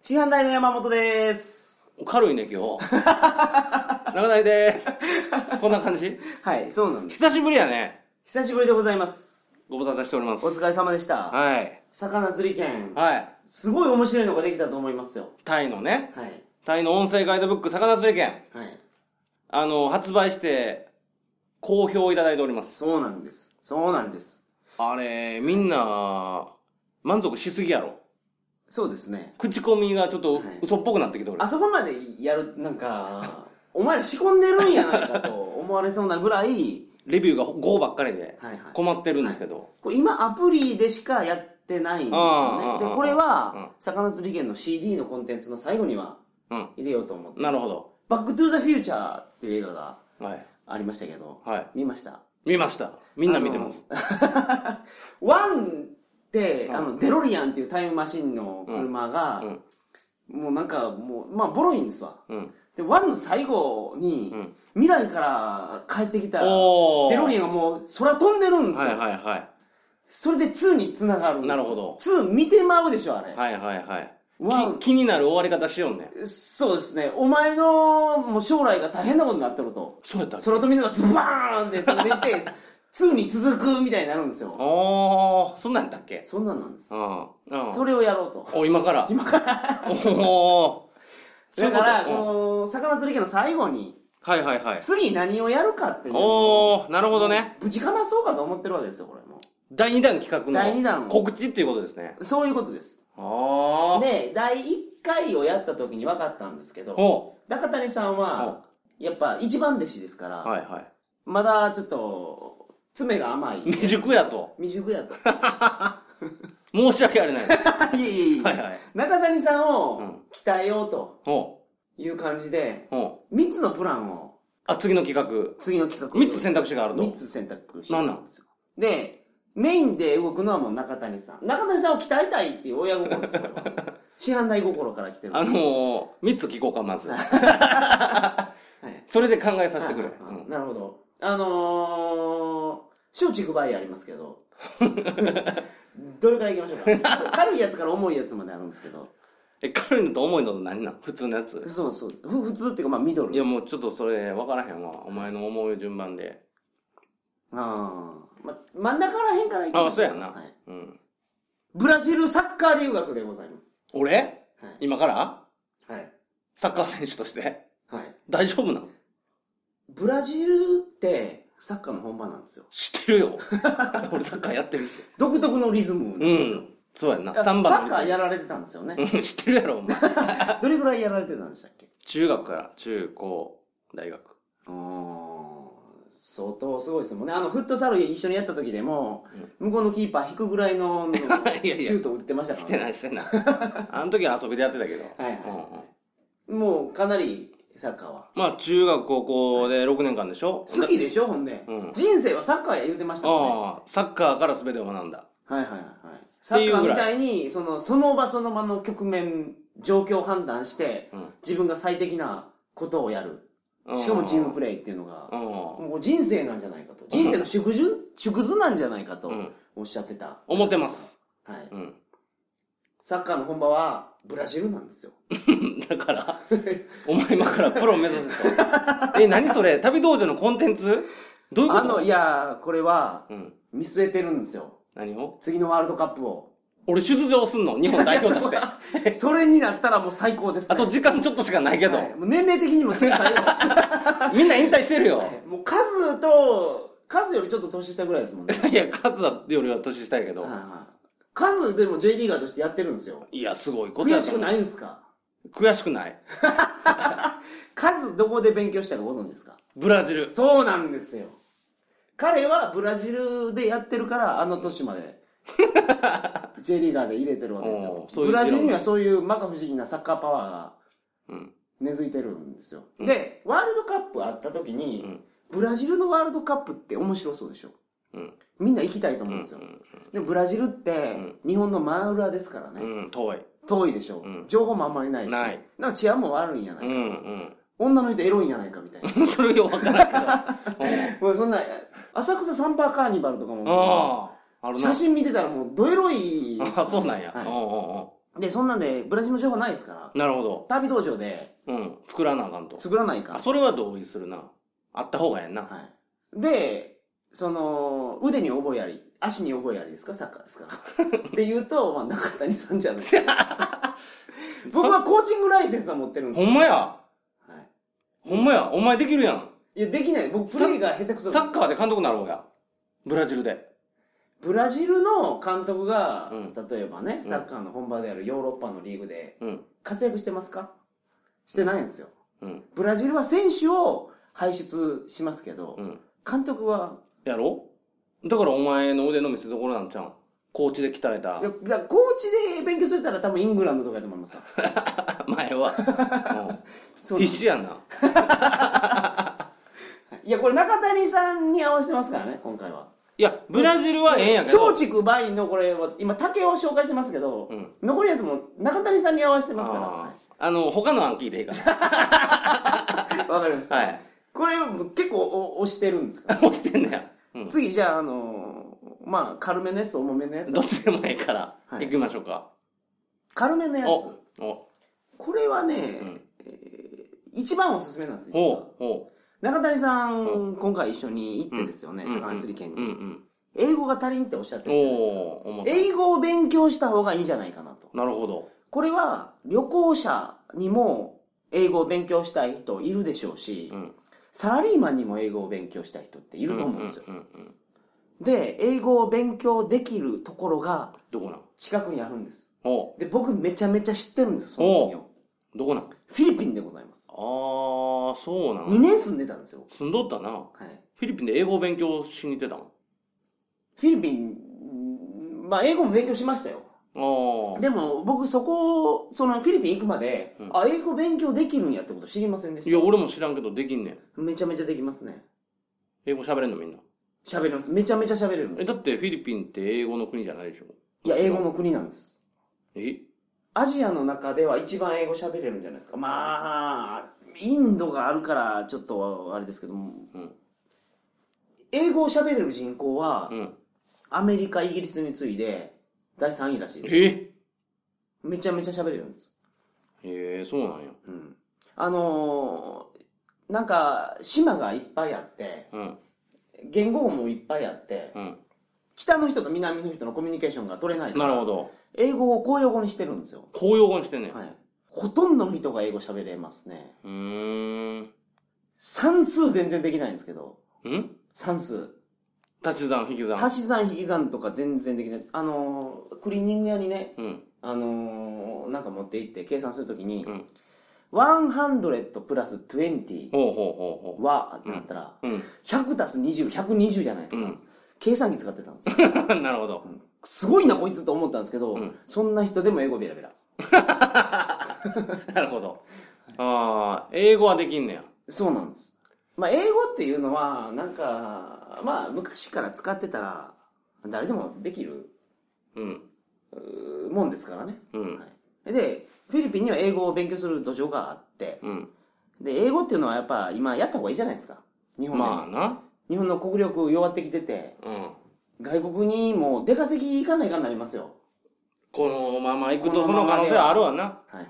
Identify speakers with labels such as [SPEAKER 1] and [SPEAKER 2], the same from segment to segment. [SPEAKER 1] 師範代の山本です。
[SPEAKER 2] 軽いね、今日。長ないです。こんな感じ
[SPEAKER 1] はい、そうなんです。
[SPEAKER 2] 久しぶりやね。
[SPEAKER 1] 久しぶりでございます。
[SPEAKER 2] ご無沙汰しております。
[SPEAKER 1] お疲れ様でした。
[SPEAKER 2] はい。
[SPEAKER 1] 魚釣り券、
[SPEAKER 2] はい。
[SPEAKER 1] すごい面白いのができたと思いますよ。
[SPEAKER 2] タイのね、
[SPEAKER 1] はい。
[SPEAKER 2] タイの音声ガイドブック、魚釣り券、
[SPEAKER 1] はい。
[SPEAKER 2] あの、発売して、好評いただいております。
[SPEAKER 1] そうなんです。そうなんです。
[SPEAKER 2] あれ、みんな、満足しすぎやろ。
[SPEAKER 1] そうですね。
[SPEAKER 2] 口コミがちょっと
[SPEAKER 1] はい
[SPEAKER 2] 嘘っぽくなってきておる。
[SPEAKER 1] あそこまでやる、なんか、お前ら仕込んでるんやないかと思われそうなぐらい、
[SPEAKER 2] レビューが5ばっかりで
[SPEAKER 1] はいはい
[SPEAKER 2] 困ってるんですけど。
[SPEAKER 1] これ今アプリでしかやってないんです
[SPEAKER 2] あ
[SPEAKER 1] よ
[SPEAKER 2] あ
[SPEAKER 1] ね。
[SPEAKER 2] あ
[SPEAKER 1] で、
[SPEAKER 2] あ
[SPEAKER 1] これ
[SPEAKER 2] う
[SPEAKER 1] は
[SPEAKER 2] ん、
[SPEAKER 1] 魚釣り券の CD のコンテンツの最後には
[SPEAKER 2] うん。
[SPEAKER 1] 入れようと思って。
[SPEAKER 2] なるほど。
[SPEAKER 1] バックトゥーザフューチャーっていう映画が
[SPEAKER 2] はい。
[SPEAKER 1] ありましたけど、
[SPEAKER 2] はい。
[SPEAKER 1] 見ました
[SPEAKER 2] 見ました。みんな見てます。
[SPEAKER 1] ワンって、
[SPEAKER 2] うん
[SPEAKER 1] あの、デロリアンっていうタイムマシンの車が
[SPEAKER 2] う、ん。
[SPEAKER 1] もうなんかもう、まあ、ボロいんですわ。
[SPEAKER 2] うん。
[SPEAKER 1] で、ワンの最後に
[SPEAKER 2] う、ん。
[SPEAKER 1] 未来から帰ってきた、デ
[SPEAKER 2] おー。
[SPEAKER 1] ロリアンがもう空飛んでるんです
[SPEAKER 2] はい
[SPEAKER 1] よ。
[SPEAKER 2] はいは
[SPEAKER 1] それで2に繋がる。
[SPEAKER 2] い。なるほど。
[SPEAKER 1] 2見てまうでしょ、あれ。
[SPEAKER 2] はいはいはい。
[SPEAKER 1] ワン
[SPEAKER 2] き気になる終わり方しようね。
[SPEAKER 1] そうですね。お前の、もう将来が大変なことになってると。
[SPEAKER 2] そうやったっけ
[SPEAKER 1] 空飛びのがズバーンって出て、2に続くみたいになるん ですよ。
[SPEAKER 2] おー、そんなんやったっけ
[SPEAKER 1] そんなんなんです
[SPEAKER 2] う。ん。うん。
[SPEAKER 1] それをやろうと。
[SPEAKER 2] お、今から。
[SPEAKER 1] 今から。
[SPEAKER 2] お ー。
[SPEAKER 1] だから、
[SPEAKER 2] そ
[SPEAKER 1] こ
[SPEAKER 2] ういうこと
[SPEAKER 1] の、魚釣り家の最後に、
[SPEAKER 2] うんはいはいはい。
[SPEAKER 1] 次何をやるかっていう。
[SPEAKER 2] おー、なるほどね。。
[SPEAKER 1] ぶちかまそうかと思ってるわけですよ、これも
[SPEAKER 2] 第2弾企画の。
[SPEAKER 1] 第二弾を
[SPEAKER 2] 告知っていうことですね。
[SPEAKER 1] う。そういうことです。
[SPEAKER 2] あー。
[SPEAKER 1] で、第1回をやった時に分かったんですけど、
[SPEAKER 2] お
[SPEAKER 1] 中谷さんは、やっぱ一番弟子ですから、
[SPEAKER 2] はいは
[SPEAKER 1] まだちょっと、爪が甘い。
[SPEAKER 2] い。未熟やと。
[SPEAKER 1] 未熟 やと。
[SPEAKER 2] 申し訳あり ない。
[SPEAKER 1] いえいえいえ
[SPEAKER 2] はいはい。
[SPEAKER 1] 中谷さん
[SPEAKER 2] う
[SPEAKER 1] を
[SPEAKER 2] ん
[SPEAKER 1] 鍛えようと
[SPEAKER 2] お
[SPEAKER 1] いう感じで、
[SPEAKER 2] お
[SPEAKER 1] 3つのプランを、
[SPEAKER 2] あ、次の企画。
[SPEAKER 1] 次の企画
[SPEAKER 2] 3つ選択肢がある
[SPEAKER 1] 3
[SPEAKER 2] と。
[SPEAKER 1] つ選択してたんですよでメインで動くのはもう中谷さん中谷さんを鍛えたいっていう親心ですよこれ は師範代心から来てる
[SPEAKER 2] あのー、3つ聞こうか、ま ず。
[SPEAKER 1] はい
[SPEAKER 2] それで考えさせてくれ。
[SPEAKER 1] はいはいはい
[SPEAKER 2] うん
[SPEAKER 1] なるほどあのー、松竹梅ありますけ どどれからいきましょうか軽いやつから重いやつまであるんですけど
[SPEAKER 2] え、軽いのと重いのと何なん普通のやつ
[SPEAKER 1] そうそうふ普通っていうかまあミドル
[SPEAKER 2] いやもうちょっとそれ分からへんわ。お前の思う順番で。
[SPEAKER 1] あー、ま、真ん中らへんからいきましょ
[SPEAKER 2] あ、そうやな。
[SPEAKER 1] はい、
[SPEAKER 2] うん。
[SPEAKER 1] ブラジルサッカー留学でございます
[SPEAKER 2] 俺
[SPEAKER 1] はい
[SPEAKER 2] 今から
[SPEAKER 1] はい、
[SPEAKER 2] サッカー選手として
[SPEAKER 1] はい、
[SPEAKER 2] 大丈夫なの
[SPEAKER 1] ブラジルってサッカーの本場なんですよ
[SPEAKER 2] 知ってるよ。 俺サッカーやってるし。
[SPEAKER 1] 独特のリズムなん
[SPEAKER 2] う
[SPEAKER 1] ですよ
[SPEAKER 2] ん。そうやんな。
[SPEAKER 1] あサ
[SPEAKER 2] 3番
[SPEAKER 1] ッカーやられてたんですよね
[SPEAKER 2] うん知ってるやろ、お前。
[SPEAKER 1] どれぐらいやられてたんでしたっけ
[SPEAKER 2] 中学から、中高、大学。
[SPEAKER 1] うーん相当すごいですもんねあのフットサル一緒にやった時でも向こうのキーパー引くぐ らいのシ
[SPEAKER 2] いや
[SPEAKER 1] ュート打ってましたか
[SPEAKER 2] し
[SPEAKER 1] ら
[SPEAKER 2] て
[SPEAKER 1] ね
[SPEAKER 2] ない、して ない。あの時は遊びでやってたけど。
[SPEAKER 1] はいはい
[SPEAKER 2] うんうん
[SPEAKER 1] もうかなりサッカーは
[SPEAKER 2] まあ、中学、高校で6年間でしょ
[SPEAKER 1] 好きでしょほんで、
[SPEAKER 2] うん
[SPEAKER 1] 人生はサッカーや言うてましたもんね
[SPEAKER 2] ああ、サッカーから全てを学んだ。
[SPEAKER 1] はいはいはいサッカーみたいにそのその場その場の局面状況を判断して
[SPEAKER 2] うん
[SPEAKER 1] 自分が最適なことをやるしかもチームプレーっていうのが
[SPEAKER 2] レー。
[SPEAKER 1] もう人生なんじゃないかと人生の縮図縮図なんじゃないかと
[SPEAKER 2] うん。うん。
[SPEAKER 1] おっしゃってた、
[SPEAKER 2] 思ってます。
[SPEAKER 1] はい、
[SPEAKER 2] うん。
[SPEAKER 1] サッカーの本場はブラジルなんですよ
[SPEAKER 2] だから、お前今からプロ目指すと。え、何それ旅道場のコンテンツどういうこと
[SPEAKER 1] あのいやーこれは
[SPEAKER 2] うん。
[SPEAKER 1] 見据えてるんですよ
[SPEAKER 2] 何を
[SPEAKER 1] 次のワールドカップ を
[SPEAKER 2] 俺出場すんの日本代表と して。あ
[SPEAKER 1] いやそれはそれになったらもう最高です、ね、
[SPEAKER 2] と時間ちょっとしかないけど、
[SPEAKER 1] はいもう年齢的にも次最後
[SPEAKER 2] みんな引退してるよ。
[SPEAKER 1] もうカズとカズよりちょっと年下ぐらいですもんね
[SPEAKER 2] いや、勝つだよりは年下やけど
[SPEAKER 1] はい。はいカズでも J リーガーとしてやってるんですよ
[SPEAKER 2] いや、すごいこと
[SPEAKER 1] 悔
[SPEAKER 2] や
[SPEAKER 1] しくないいんですか
[SPEAKER 2] 悔しくない。
[SPEAKER 1] カズどこで勉強したかご存知ですか
[SPEAKER 2] ブラジル。
[SPEAKER 1] そうなんですよ。彼はブラジルでやってるから、あの年ま で。J リーガーで入れてるわけですよ
[SPEAKER 2] おー。そういう
[SPEAKER 1] ブラジルにはそういう摩訶不思議なサッカーパワーが
[SPEAKER 2] うん。
[SPEAKER 1] 根付いてるんですよ。で、ワールドカップあった時
[SPEAKER 2] う
[SPEAKER 1] に、
[SPEAKER 2] ん。
[SPEAKER 1] ブラジルのワールドカップって面白そうでしょ。
[SPEAKER 2] うん。
[SPEAKER 1] みんな行きたいと
[SPEAKER 2] う
[SPEAKER 1] 思うんんですよ。でもブラジルって
[SPEAKER 2] ん、
[SPEAKER 1] 日本の真裏ですからね。
[SPEAKER 2] うん。遠い。
[SPEAKER 1] 遠いでしょ、
[SPEAKER 2] うん
[SPEAKER 1] 情報もあんまりないし。
[SPEAKER 2] ない
[SPEAKER 1] んか治安も悪いんやな
[SPEAKER 2] う
[SPEAKER 1] い、
[SPEAKER 2] ん。
[SPEAKER 1] 女の人エロいんやないかみ たいな。
[SPEAKER 2] うん。それよくわからんけ ど。うん
[SPEAKER 1] もうそんな、浅草サンバーカーニバルとかも。
[SPEAKER 2] ああ。あるな
[SPEAKER 1] 写。真見てたらもうどエロいです
[SPEAKER 2] あ、そうなんや。
[SPEAKER 1] はい
[SPEAKER 2] おうおうおう
[SPEAKER 1] でそんなんでブラジルの情報ないですから
[SPEAKER 2] なるほど。
[SPEAKER 1] 旅道場で
[SPEAKER 2] うん。作らなあかんと。
[SPEAKER 1] 作らないか
[SPEAKER 2] あ、それは同意するな。あった方がええな。
[SPEAKER 1] はい、でその腕に覚えあり足に覚えありですかサッカーですから って言うと、まあ、中谷さんじゃないですか僕はコーチングライセンスは持ってるんです
[SPEAKER 2] ほ
[SPEAKER 1] よ、
[SPEAKER 2] んまや。
[SPEAKER 1] は
[SPEAKER 2] ほんまや。お前できるやん。
[SPEAKER 1] い、いやできない僕プレーが下手くそ
[SPEAKER 2] サッカーで監督になろうや。ブラジルで。
[SPEAKER 1] ブラジルの監督が、
[SPEAKER 2] うん
[SPEAKER 1] 例えばねサッカーの本場であるヨーロッパのリーグで
[SPEAKER 2] うん。
[SPEAKER 1] 活躍してますかしてないんですよ
[SPEAKER 2] うん。
[SPEAKER 1] ブラジルは選手を輩出しますけど、
[SPEAKER 2] うん。
[SPEAKER 1] 監督は
[SPEAKER 2] やろだからお前の腕の見せ所なんちゃうん。コーチで鍛えた
[SPEAKER 1] い。やだからコーチで勉強するたら多分イングランドとかやと思いますよ
[SPEAKER 2] 前は。
[SPEAKER 1] そ
[SPEAKER 2] うん
[SPEAKER 1] う
[SPEAKER 2] 必死やんな。
[SPEAKER 1] いやこれ中谷さんに合わせてますからね今回はい
[SPEAKER 2] や、ブラジルはええんやけど。
[SPEAKER 1] 松竹梅のこれは今竹を紹介してますけど、
[SPEAKER 2] うん
[SPEAKER 1] 残りやつも中谷さんに合わせてますから
[SPEAKER 2] あーあの、他の案聞いて いいかな。
[SPEAKER 1] はいわかりました、
[SPEAKER 2] はい。
[SPEAKER 1] これも結構お押してるんですか
[SPEAKER 2] 落ちてんねや。うん。
[SPEAKER 1] 次じゃああのーまあ軽めのやつ重めのやつ
[SPEAKER 2] どっちでもええから、
[SPEAKER 1] はい
[SPEAKER 2] 行きましょうか。
[SPEAKER 1] 軽めのやつ
[SPEAKER 2] お、お、
[SPEAKER 1] これはね、
[SPEAKER 2] うん。
[SPEAKER 1] えー一番おすすめなんです実
[SPEAKER 2] お
[SPEAKER 1] は
[SPEAKER 2] う、お
[SPEAKER 1] 中谷さん、
[SPEAKER 2] う
[SPEAKER 1] 今回一緒に行ってですよね、
[SPEAKER 2] う。
[SPEAKER 1] 世界アスリート
[SPEAKER 2] う
[SPEAKER 1] 県
[SPEAKER 2] ん
[SPEAKER 1] に、
[SPEAKER 2] うん。
[SPEAKER 1] 英語が足りんっておっしゃって
[SPEAKER 2] お
[SPEAKER 1] るじゃないですか
[SPEAKER 2] お、思った。
[SPEAKER 1] 英語を勉強した方がいいんじゃないかなと
[SPEAKER 2] なるほど。
[SPEAKER 1] これは旅行者にも英語を勉強したい人いるでしょうし、
[SPEAKER 2] うん。
[SPEAKER 1] サラリーマンにも英語を勉強したい人ってい
[SPEAKER 2] い
[SPEAKER 1] ると思うんですよ、。
[SPEAKER 2] うんうん。
[SPEAKER 1] で英語を勉強できるところが
[SPEAKER 2] どこなん
[SPEAKER 1] 近くにあるんです
[SPEAKER 2] おう、
[SPEAKER 1] で僕めちゃめちゃ知ってるんですその国を
[SPEAKER 2] どこなん
[SPEAKER 1] フィリピンでございます
[SPEAKER 2] あー、そうな
[SPEAKER 1] 2
[SPEAKER 2] ん。
[SPEAKER 1] 年住んでたんですよ、
[SPEAKER 2] 住んどったな。
[SPEAKER 1] はい、
[SPEAKER 2] フィリピンで英語を勉強しに行ってた
[SPEAKER 1] フィリピンうんまあ英語も勉強しましたよ
[SPEAKER 2] もん。あ
[SPEAKER 1] でも僕そこそのフィリピン行くまで、
[SPEAKER 2] うん
[SPEAKER 1] あ英語勉強できるんやってこと知りませんで
[SPEAKER 2] ー。
[SPEAKER 1] し
[SPEAKER 2] いや、
[SPEAKER 1] た
[SPEAKER 2] 俺も知らんけど、できんねん。
[SPEAKER 1] めちゃめちゃできますね
[SPEAKER 2] 英語喋れんのみんな。
[SPEAKER 1] 喋れますめちゃめちゃ喋れるんで
[SPEAKER 2] え、
[SPEAKER 1] す
[SPEAKER 2] だってフィリピンって英語の国じゃないでしょ。
[SPEAKER 1] いや英語の国なんです
[SPEAKER 2] え
[SPEAKER 1] アジアの中では一番英語喋れるんじゃないですかまあインドがあるからちょっとあれですけども
[SPEAKER 2] うん。
[SPEAKER 1] 英語を喋れる人口は
[SPEAKER 2] うん。
[SPEAKER 1] アメリカイギリスに次いで第3位らしいです
[SPEAKER 2] え
[SPEAKER 1] めちゃめちゃ喋れるんです
[SPEAKER 2] えー、そうなんや。
[SPEAKER 1] うんあのーなんか島がいっぱいあって
[SPEAKER 2] うん。
[SPEAKER 1] 言語もいっぱいあって
[SPEAKER 2] う
[SPEAKER 1] 北の人と南の人のコミュニケーションが取れない
[SPEAKER 2] ん。なるほど。
[SPEAKER 1] 英語を公用語にしてるんですよ、
[SPEAKER 2] 公用語にしてんねん。
[SPEAKER 1] はい、ほとんどの人が英語喋れますね
[SPEAKER 2] うーん。
[SPEAKER 1] 算数全然できないんですけど
[SPEAKER 2] ん
[SPEAKER 1] 算数
[SPEAKER 2] 足し算引き算
[SPEAKER 1] 足し算引き算とか全然できないあのークリーニング屋にね
[SPEAKER 2] うん
[SPEAKER 1] あのーなんか持って行って計算するときに、
[SPEAKER 2] うん
[SPEAKER 1] 100プラス20
[SPEAKER 2] ほうほうほうほ
[SPEAKER 1] はってなったら、
[SPEAKER 2] ううん
[SPEAKER 1] 100足す20120じゃないですか、計算機使ってたんですよ
[SPEAKER 2] うん なるほど
[SPEAKER 1] すごいなこいつと思ったんですけど、
[SPEAKER 2] うん
[SPEAKER 1] そんな人でも英語ベラベラ
[SPEAKER 2] なるほどああ英語はできんねや
[SPEAKER 1] そうなんですまあ英語っていうのはなんかまあ昔から使ってたら誰でもできる
[SPEAKER 2] うん
[SPEAKER 1] うーもんですからね
[SPEAKER 2] うん
[SPEAKER 1] はい、でフィリピンには英語を勉強する土壌があって
[SPEAKER 2] うん
[SPEAKER 1] で英語っていうのはやっぱ今やった方がいいじゃないですか日本でも、
[SPEAKER 2] まあな
[SPEAKER 1] 日本の国力弱ってきてて
[SPEAKER 2] うん
[SPEAKER 1] 外国にもう出稼ぎ行かないかになりますよ
[SPEAKER 2] このまま行くと
[SPEAKER 1] こ
[SPEAKER 2] そ
[SPEAKER 1] のま
[SPEAKER 2] の
[SPEAKER 1] ま
[SPEAKER 2] 可能
[SPEAKER 1] で
[SPEAKER 2] 性あるわな
[SPEAKER 1] はいはい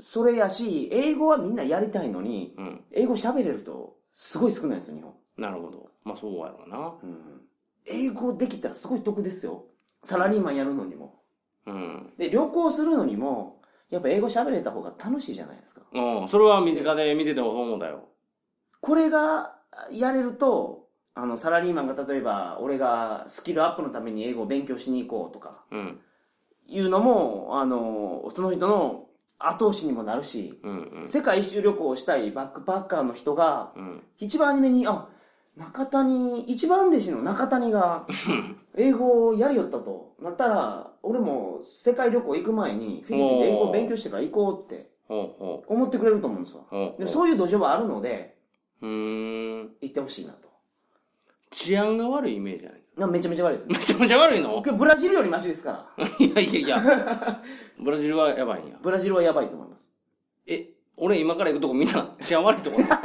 [SPEAKER 1] それやし英語はみんなやりたいのに
[SPEAKER 2] うん
[SPEAKER 1] 英語喋れるとすごい少ないんですよ日本、
[SPEAKER 2] なるほどまあそうやろう
[SPEAKER 1] うん、英語できたらすごい得ですよサラリーマンやるのにも
[SPEAKER 2] なうん
[SPEAKER 1] で旅行するのにもやっぱ英語喋れた方が楽しいじゃないですか
[SPEAKER 2] うんそれは身近で見ててもそう思うんだよ
[SPEAKER 1] これがやれるとあのサラリーマンが例えば俺がスキルアップのために英語を勉強しに行こうとか
[SPEAKER 2] うん
[SPEAKER 1] いうのもあのその人の後押しにもなるし
[SPEAKER 2] うんうん
[SPEAKER 1] 世界一周旅行をしたいバックパッカーの人が
[SPEAKER 2] うん
[SPEAKER 1] 一番初めにあ中谷一番弟子の中谷が英語をやりよったとなったら俺も世界旅行行く前にフィリピンで英語を勉強してから行こうって
[SPEAKER 2] ほうほ
[SPEAKER 1] 思ってくれると思うんですわ
[SPEAKER 2] うほう
[SPEAKER 1] でも
[SPEAKER 2] ほ
[SPEAKER 1] そういう土壌はあるので
[SPEAKER 2] ううーん
[SPEAKER 1] 行ってほしいなと
[SPEAKER 2] 治安が悪いイメージじゃない
[SPEAKER 1] なめちゃめちゃ悪いですね
[SPEAKER 2] めちゃめちゃ悪いの
[SPEAKER 1] 僕ブラジルよりマシですから
[SPEAKER 2] いやいやいやブラジルはやばいんや
[SPEAKER 1] ブラジルはやばいと思います
[SPEAKER 2] え、俺今から行くとこみんな 治安悪いとこなの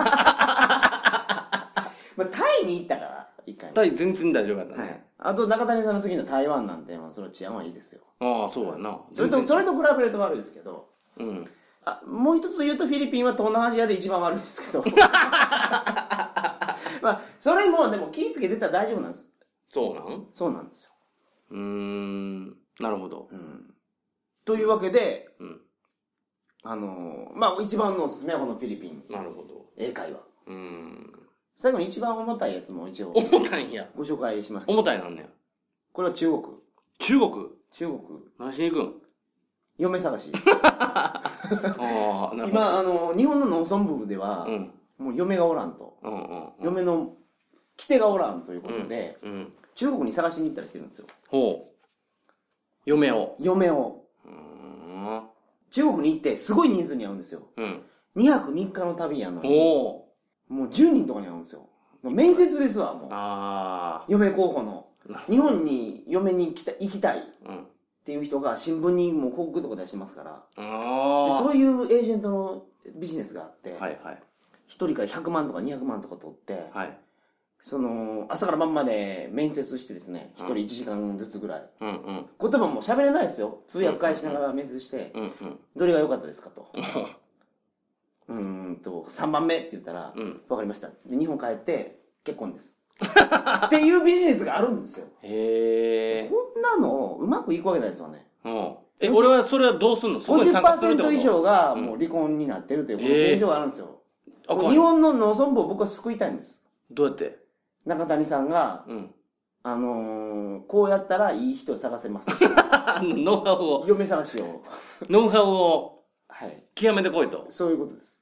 [SPEAKER 1] まあタイに行ったから一回
[SPEAKER 2] タイ全然大丈夫やったね。
[SPEAKER 1] はい、あと中谷さんの次の台湾なんて、まあ、その治安はいいですよ
[SPEAKER 2] ああそうやな
[SPEAKER 1] それとそれと比べると悪いですけど
[SPEAKER 2] うん
[SPEAKER 1] あもう一つ言うとフィリピンは東南アジアで一番悪いですけど まあそれもでも気ぃつけてたら大丈夫なんです
[SPEAKER 2] そうなん
[SPEAKER 1] そうなんですよ、
[SPEAKER 2] うーんなるほど
[SPEAKER 1] うん、というわけで
[SPEAKER 2] うん
[SPEAKER 1] あのーまあ一番のおすすめはこのフィリピン
[SPEAKER 2] なるほど
[SPEAKER 1] 英会話
[SPEAKER 2] うーん
[SPEAKER 1] 最後に一番重たいやつも一応
[SPEAKER 2] 重たいんや
[SPEAKER 1] ご紹介します
[SPEAKER 2] 重たいなんねや
[SPEAKER 1] これは中国
[SPEAKER 2] 中国
[SPEAKER 1] 中国
[SPEAKER 2] 何しに行くん
[SPEAKER 1] 嫁探 し
[SPEAKER 2] ああなるほど
[SPEAKER 1] 今あの日本の農村部では
[SPEAKER 2] う、ん
[SPEAKER 1] もう嫁がおらんと
[SPEAKER 2] うんうんうん
[SPEAKER 1] 嫁の来手がおらんということで、
[SPEAKER 2] うん
[SPEAKER 1] 中国に探しに行ったりしてるんですよ
[SPEAKER 2] ほう嫁を
[SPEAKER 1] 嫁を
[SPEAKER 2] うーん
[SPEAKER 1] 中国に行ってすごい人数に会うんですよ
[SPEAKER 2] うん
[SPEAKER 1] 2泊3日の旅やのに
[SPEAKER 2] おお
[SPEAKER 1] もう10人とかに会うんですよ面接ですわもう
[SPEAKER 2] あ
[SPEAKER 1] 嫁候補の
[SPEAKER 2] な
[SPEAKER 1] 日本に嫁に来た行きたいっ
[SPEAKER 2] あうん
[SPEAKER 1] ていう人が新聞にもう広告とか出してますから
[SPEAKER 2] あ
[SPEAKER 1] で
[SPEAKER 2] あ
[SPEAKER 1] そういうエージェントのビジネスがあって、
[SPEAKER 2] はいはい
[SPEAKER 1] 1人から100万とか200万とか取って、
[SPEAKER 2] はい
[SPEAKER 1] その朝から晩まで面接してですね1人1時間ずつぐらい、
[SPEAKER 2] うんうん
[SPEAKER 1] 言葉も喋れないですよ通訳返しながら面接して、
[SPEAKER 2] うんうん
[SPEAKER 1] どれが良かったですかとうーんと3番目って言ったら、わ
[SPEAKER 2] うん
[SPEAKER 1] 分かりましたで日本帰って結婚ですっていうビジネスがあるんですよ
[SPEAKER 2] へえ
[SPEAKER 1] こんなのうまくいくわけないですよね
[SPEAKER 2] うんえ俺はそれはどうすんのそこに参加するってこ
[SPEAKER 1] 50%
[SPEAKER 2] と
[SPEAKER 1] 以上が
[SPEAKER 2] うん
[SPEAKER 1] もう離婚になってるというこの
[SPEAKER 2] ええ
[SPEAKER 1] 現状があるんですよ、
[SPEAKER 2] あかん
[SPEAKER 1] 日本の農村部を僕は救いたいんです
[SPEAKER 2] どうやって
[SPEAKER 1] 中谷さんが、
[SPEAKER 2] うん
[SPEAKER 1] あのーこうやったらいい人を探せます
[SPEAKER 2] あノウハウを
[SPEAKER 1] 嫁探しを
[SPEAKER 2] ノウハウを
[SPEAKER 1] はい
[SPEAKER 2] 極めてこいと
[SPEAKER 1] そういうことです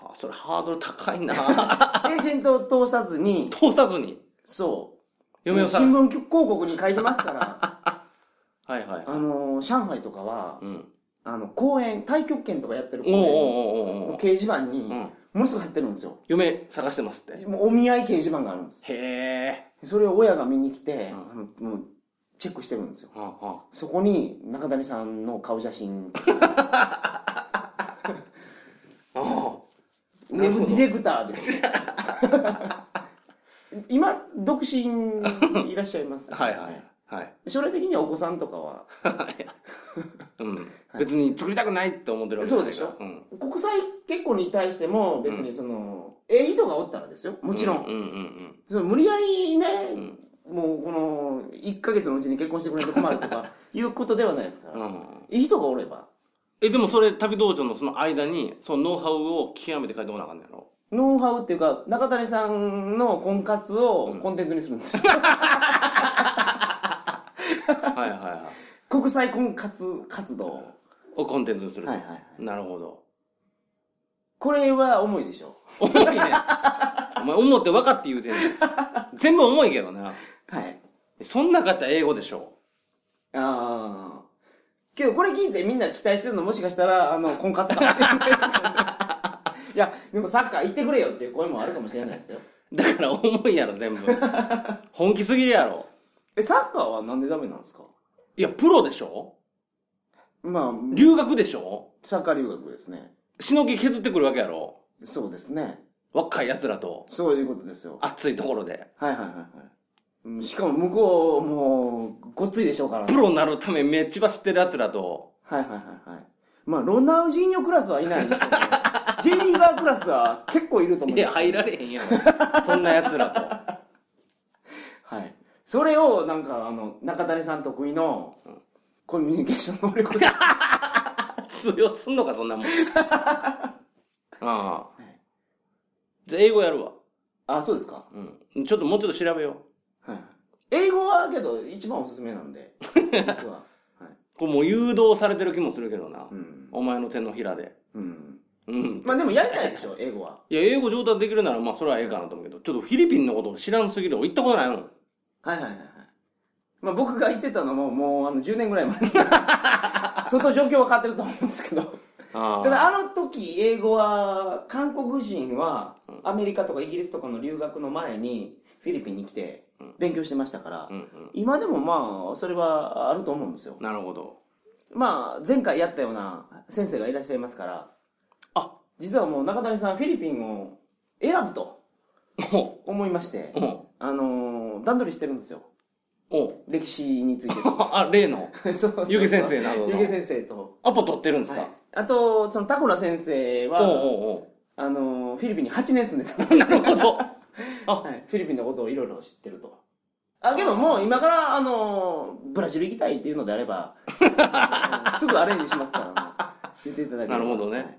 [SPEAKER 2] あそれハードル高いな
[SPEAKER 1] エージェントを通さずに
[SPEAKER 2] 通さずに
[SPEAKER 1] そう
[SPEAKER 2] 嫁をさ
[SPEAKER 1] 新聞広告に書いてますから
[SPEAKER 2] はいはい
[SPEAKER 1] あのー上海とかは
[SPEAKER 2] うん
[SPEAKER 1] あの公園太極拳とかやってる公
[SPEAKER 2] おうおう
[SPEAKER 1] 園
[SPEAKER 2] おうお
[SPEAKER 1] の
[SPEAKER 2] う
[SPEAKER 1] 掲示板に
[SPEAKER 2] う
[SPEAKER 1] も
[SPEAKER 2] ん
[SPEAKER 1] のすごい入ってるんですよ
[SPEAKER 2] 嫁探してますって
[SPEAKER 1] もうお見合い掲示板があるんです
[SPEAKER 2] へえ
[SPEAKER 1] それを親が見に来て、
[SPEAKER 2] うん
[SPEAKER 1] あのもうチェックしてるんですよ
[SPEAKER 2] はあは
[SPEAKER 1] そこに中谷さんの顔写 真
[SPEAKER 2] ああ
[SPEAKER 1] ウェブディレクターです 今独身いらっしゃいます
[SPEAKER 2] あはいはいはい
[SPEAKER 1] 将来的にはお子さんとかは
[SPEAKER 2] うん別に作りたくないって思ってるわけ
[SPEAKER 1] そうでしょ
[SPEAKER 2] うん
[SPEAKER 1] 国際結婚に対しても別にその、ええ人がおったらですよもちろん、
[SPEAKER 2] うんうんうん
[SPEAKER 1] その無理やりね、
[SPEAKER 2] うん
[SPEAKER 1] もうこの1ヶ月のうちに結婚してくれないと困ると かいうことではないですから、え
[SPEAKER 2] うん
[SPEAKER 1] え人がおれば
[SPEAKER 2] えでもそれ旅道場のその間にそのノウハウを極めて書いておかなあかんのやろ
[SPEAKER 1] ノウハウっていうか中谷さんの婚活を
[SPEAKER 2] うん
[SPEAKER 1] コンテンツにするんです よ、
[SPEAKER 2] はいはいはい
[SPEAKER 1] 国際婚活活動
[SPEAKER 2] をコンテンツにすると
[SPEAKER 1] はいはいはい
[SPEAKER 2] なるほど
[SPEAKER 1] これは重いでしょ
[SPEAKER 2] 重いねお前思って分かって言うてんねん全部重いけどな
[SPEAKER 1] はい
[SPEAKER 2] そんな方英語でしょ
[SPEAKER 1] ああけどこれ聞いてみんな期待してるのもしかしたらあの婚活かもしれないですよね いやでもサッカー行ってくれよっていう声もあるかもしれないですよ
[SPEAKER 2] だから重いやろ全部本気すぎるやろ
[SPEAKER 1] えサッカーはなんでダメなんですか
[SPEAKER 2] いやプロでしょ
[SPEAKER 1] まあ
[SPEAKER 2] 留学でしょ
[SPEAKER 1] サッカー留学ですね
[SPEAKER 2] しのぎ削ってくるわけやろ
[SPEAKER 1] そうですね
[SPEAKER 2] 若い奴らと
[SPEAKER 1] そういうことですよ
[SPEAKER 2] 熱いところで
[SPEAKER 1] はいはいはいはいうんしかも向こうもうごっついでしょうから
[SPEAKER 2] プロになるためめっちば知ってる奴らと
[SPEAKER 1] はいはいはいはいまあロナウジーニョクラスはいないんですけど J リーガークラスは結構いると思うん
[SPEAKER 2] い
[SPEAKER 1] で
[SPEAKER 2] や
[SPEAKER 1] す
[SPEAKER 2] 入られへんやんそんな奴らと
[SPEAKER 1] はいそれをなんかあの中谷さん得意のコミュニケーション能 力で
[SPEAKER 2] 通用すんのかそんな もんああじゃあ英語やるわ、
[SPEAKER 1] あそうですか
[SPEAKER 2] うん、ちょっともうちょっと調べよ
[SPEAKER 1] はい英語はけど一番おすすめなんで実 ははい、
[SPEAKER 2] うこれもう誘導されてる気もするけどな、
[SPEAKER 1] うん
[SPEAKER 2] お前の手のひらで
[SPEAKER 1] うん、
[SPEAKER 2] うん
[SPEAKER 1] まあでもやりたいでしょ英語はい
[SPEAKER 2] や英語上達できるならまあそれはええかなと思うけどちょっとフィリピンのこと知らんすぎる俺行ったことないもん
[SPEAKER 1] はいはいはいはい。まあ僕が言ってたのももうあの10年ぐらい前に相当状況は変わってると思うんですけど
[SPEAKER 2] ああ
[SPEAKER 1] ただあの時英語は韓国人はアメリカとかイギリスとかの留学の前にフィリピンに来て勉強してましたから、
[SPEAKER 2] うんうん
[SPEAKER 1] 今でもまあそれはあると思うんですよ
[SPEAKER 2] なるほど
[SPEAKER 1] まあ前回やったような先生がいらっしゃいますから
[SPEAKER 2] あ
[SPEAKER 1] 実はもう中谷さんフィリピンを選ぶと
[SPEAKER 2] お
[SPEAKER 1] 思いまして
[SPEAKER 2] お
[SPEAKER 1] あのー段取りしてるんですよ
[SPEAKER 2] お う
[SPEAKER 1] 歴史について
[SPEAKER 2] あ例の
[SPEAKER 1] と そうそう
[SPEAKER 2] ゆげ先生など
[SPEAKER 1] ゆ
[SPEAKER 2] の
[SPEAKER 1] げ先生と、
[SPEAKER 2] アポ取ってるんですか、
[SPEAKER 1] はいあとそのタコラ先生
[SPEAKER 2] おう
[SPEAKER 1] は
[SPEAKER 2] おう
[SPEAKER 1] あのフィリピンに8年住んでた
[SPEAKER 2] おう なるほどあ
[SPEAKER 1] はい、フィリピンのことをいろいろ知ってるとあけどもう今からあのブラジル行きたいっていうのであれ ばあのすぐアレンジしますからあの言っていただければ
[SPEAKER 2] なるほどね
[SPEAKER 1] はい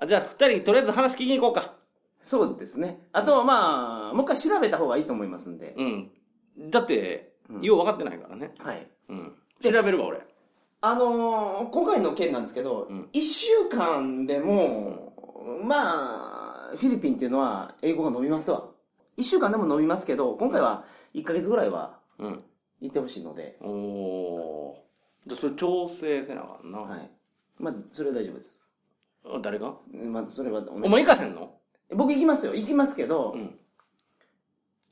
[SPEAKER 2] あじゃあ二人とりあえず話聞きに行こうか
[SPEAKER 1] そうですねあとまあもう一回調べた方がいいと思いますんで、
[SPEAKER 2] うんだって、
[SPEAKER 1] うん
[SPEAKER 2] よう分かってないからね、
[SPEAKER 1] はい
[SPEAKER 2] うん、
[SPEAKER 1] で
[SPEAKER 2] 調べるわ俺
[SPEAKER 1] あのー今回の件なんですけど、
[SPEAKER 2] うん
[SPEAKER 1] 一1週間でも、まあフィリピンっていうのは英語が伸びますわ1週間でも伸びますけど今回は1ヶ月ぐらいは
[SPEAKER 2] うん
[SPEAKER 1] 行ってほしいので、
[SPEAKER 2] おおーじゃあそれ調整せなあかんな、
[SPEAKER 1] はいまあそれは大丈夫です
[SPEAKER 2] あ誰が
[SPEAKER 1] まあそれはお願いします
[SPEAKER 2] お前行かへんの
[SPEAKER 1] 僕行きますよ行きますけど、
[SPEAKER 2] うん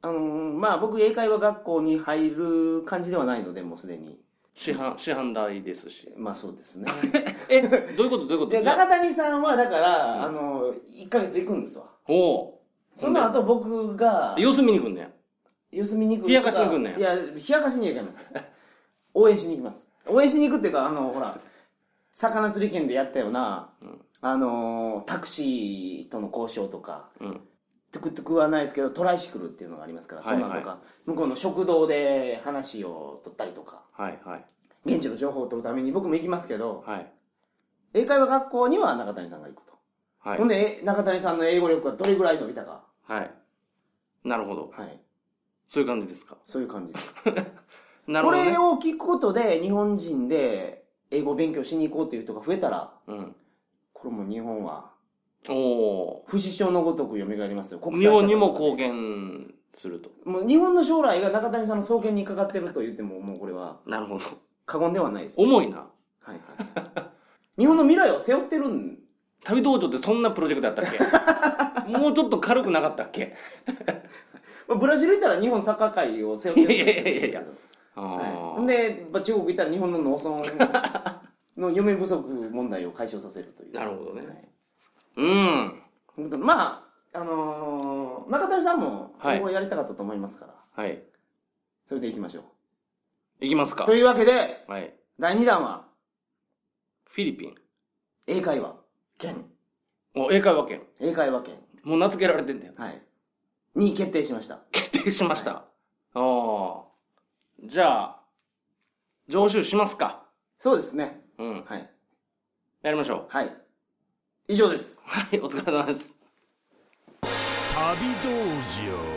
[SPEAKER 1] あのーまあ僕英会話学校に入る感じではないのでもうすでに
[SPEAKER 2] 師範師範代ですし
[SPEAKER 1] まあそうですね
[SPEAKER 2] えどういうことどういうこと
[SPEAKER 1] で
[SPEAKER 2] じゃあ
[SPEAKER 1] 中谷さんはだから、
[SPEAKER 2] うん
[SPEAKER 1] あの1ヶ月行くんですわ
[SPEAKER 2] おお
[SPEAKER 1] その後僕が
[SPEAKER 2] 様子見に来んねや
[SPEAKER 1] 様子見に行く
[SPEAKER 2] 冷やかしに行くんね
[SPEAKER 1] いや冷やかしには行かないです応援しに行きます応援しに行くっていうかあのほら魚釣り券でやったような、
[SPEAKER 2] うん
[SPEAKER 1] あのータクシーとの交渉とか
[SPEAKER 2] うん
[SPEAKER 1] トゥクトゥクはないですけどトライシクルっていうのがありますから、
[SPEAKER 2] はいはい
[SPEAKER 1] そんなんとか向こうの食堂で話を取ったりとか
[SPEAKER 2] はいはい
[SPEAKER 1] 現地の情報を取るために僕も行きますけど
[SPEAKER 2] はい
[SPEAKER 1] 英会話学校には中谷さんが行くと、
[SPEAKER 2] はい
[SPEAKER 1] ほんでえ中谷さんの英語力がどれぐらい伸びたか
[SPEAKER 2] はいなるほど
[SPEAKER 1] はい
[SPEAKER 2] そういう感じですか
[SPEAKER 1] そういう感じです、
[SPEAKER 2] なる
[SPEAKER 1] こ
[SPEAKER 2] ほど、ね
[SPEAKER 1] れ、を聞くことで日本人で英語を勉強しに行こうっていう人が増えたら
[SPEAKER 2] うん
[SPEAKER 1] これもう日本は
[SPEAKER 2] おお
[SPEAKER 1] 不死鳥のごとく蘇りますよ国
[SPEAKER 2] 日本にも
[SPEAKER 1] こ
[SPEAKER 2] 貢献すると
[SPEAKER 1] うもう日本の将来が中谷さんの創建にかかってると言ってももうこれは
[SPEAKER 2] なるほど
[SPEAKER 1] 過言ではないです
[SPEAKER 2] 重いな
[SPEAKER 1] はいはい、日本の未来を背負ってるん
[SPEAKER 2] 旅道場ってそんなプロジェクトやったっ けもうちょっと軽くなかったっけ
[SPEAKER 1] まあブラジル行ったら日本サッカー界を背負ってるんですけど
[SPEAKER 2] いやいやいやいやああ
[SPEAKER 1] はい、で、まあ、中国行ったら日本の農村の嫁不足問題を解消させるという
[SPEAKER 2] なるほどね
[SPEAKER 1] はい
[SPEAKER 2] うん
[SPEAKER 1] 本当にまああのー中谷さんも
[SPEAKER 2] はい
[SPEAKER 1] 今後やりたかったと思いますから、
[SPEAKER 2] はい
[SPEAKER 1] それでいきましょう
[SPEAKER 2] いきますか
[SPEAKER 1] というわけで
[SPEAKER 2] はい
[SPEAKER 1] 第2弾は
[SPEAKER 2] フィリピン
[SPEAKER 1] 英会話兼
[SPEAKER 2] お英会話圏
[SPEAKER 1] 英会話兼
[SPEAKER 2] もう名付けられてんだよ
[SPEAKER 1] はいに決定しました
[SPEAKER 2] 決定しました。ああ。じゃあ、常習しますか。
[SPEAKER 1] そうですね
[SPEAKER 2] うん。
[SPEAKER 1] はい
[SPEAKER 2] やりましょう。
[SPEAKER 1] はい以上です
[SPEAKER 2] はい、お疲れ様です。
[SPEAKER 3] 旅道場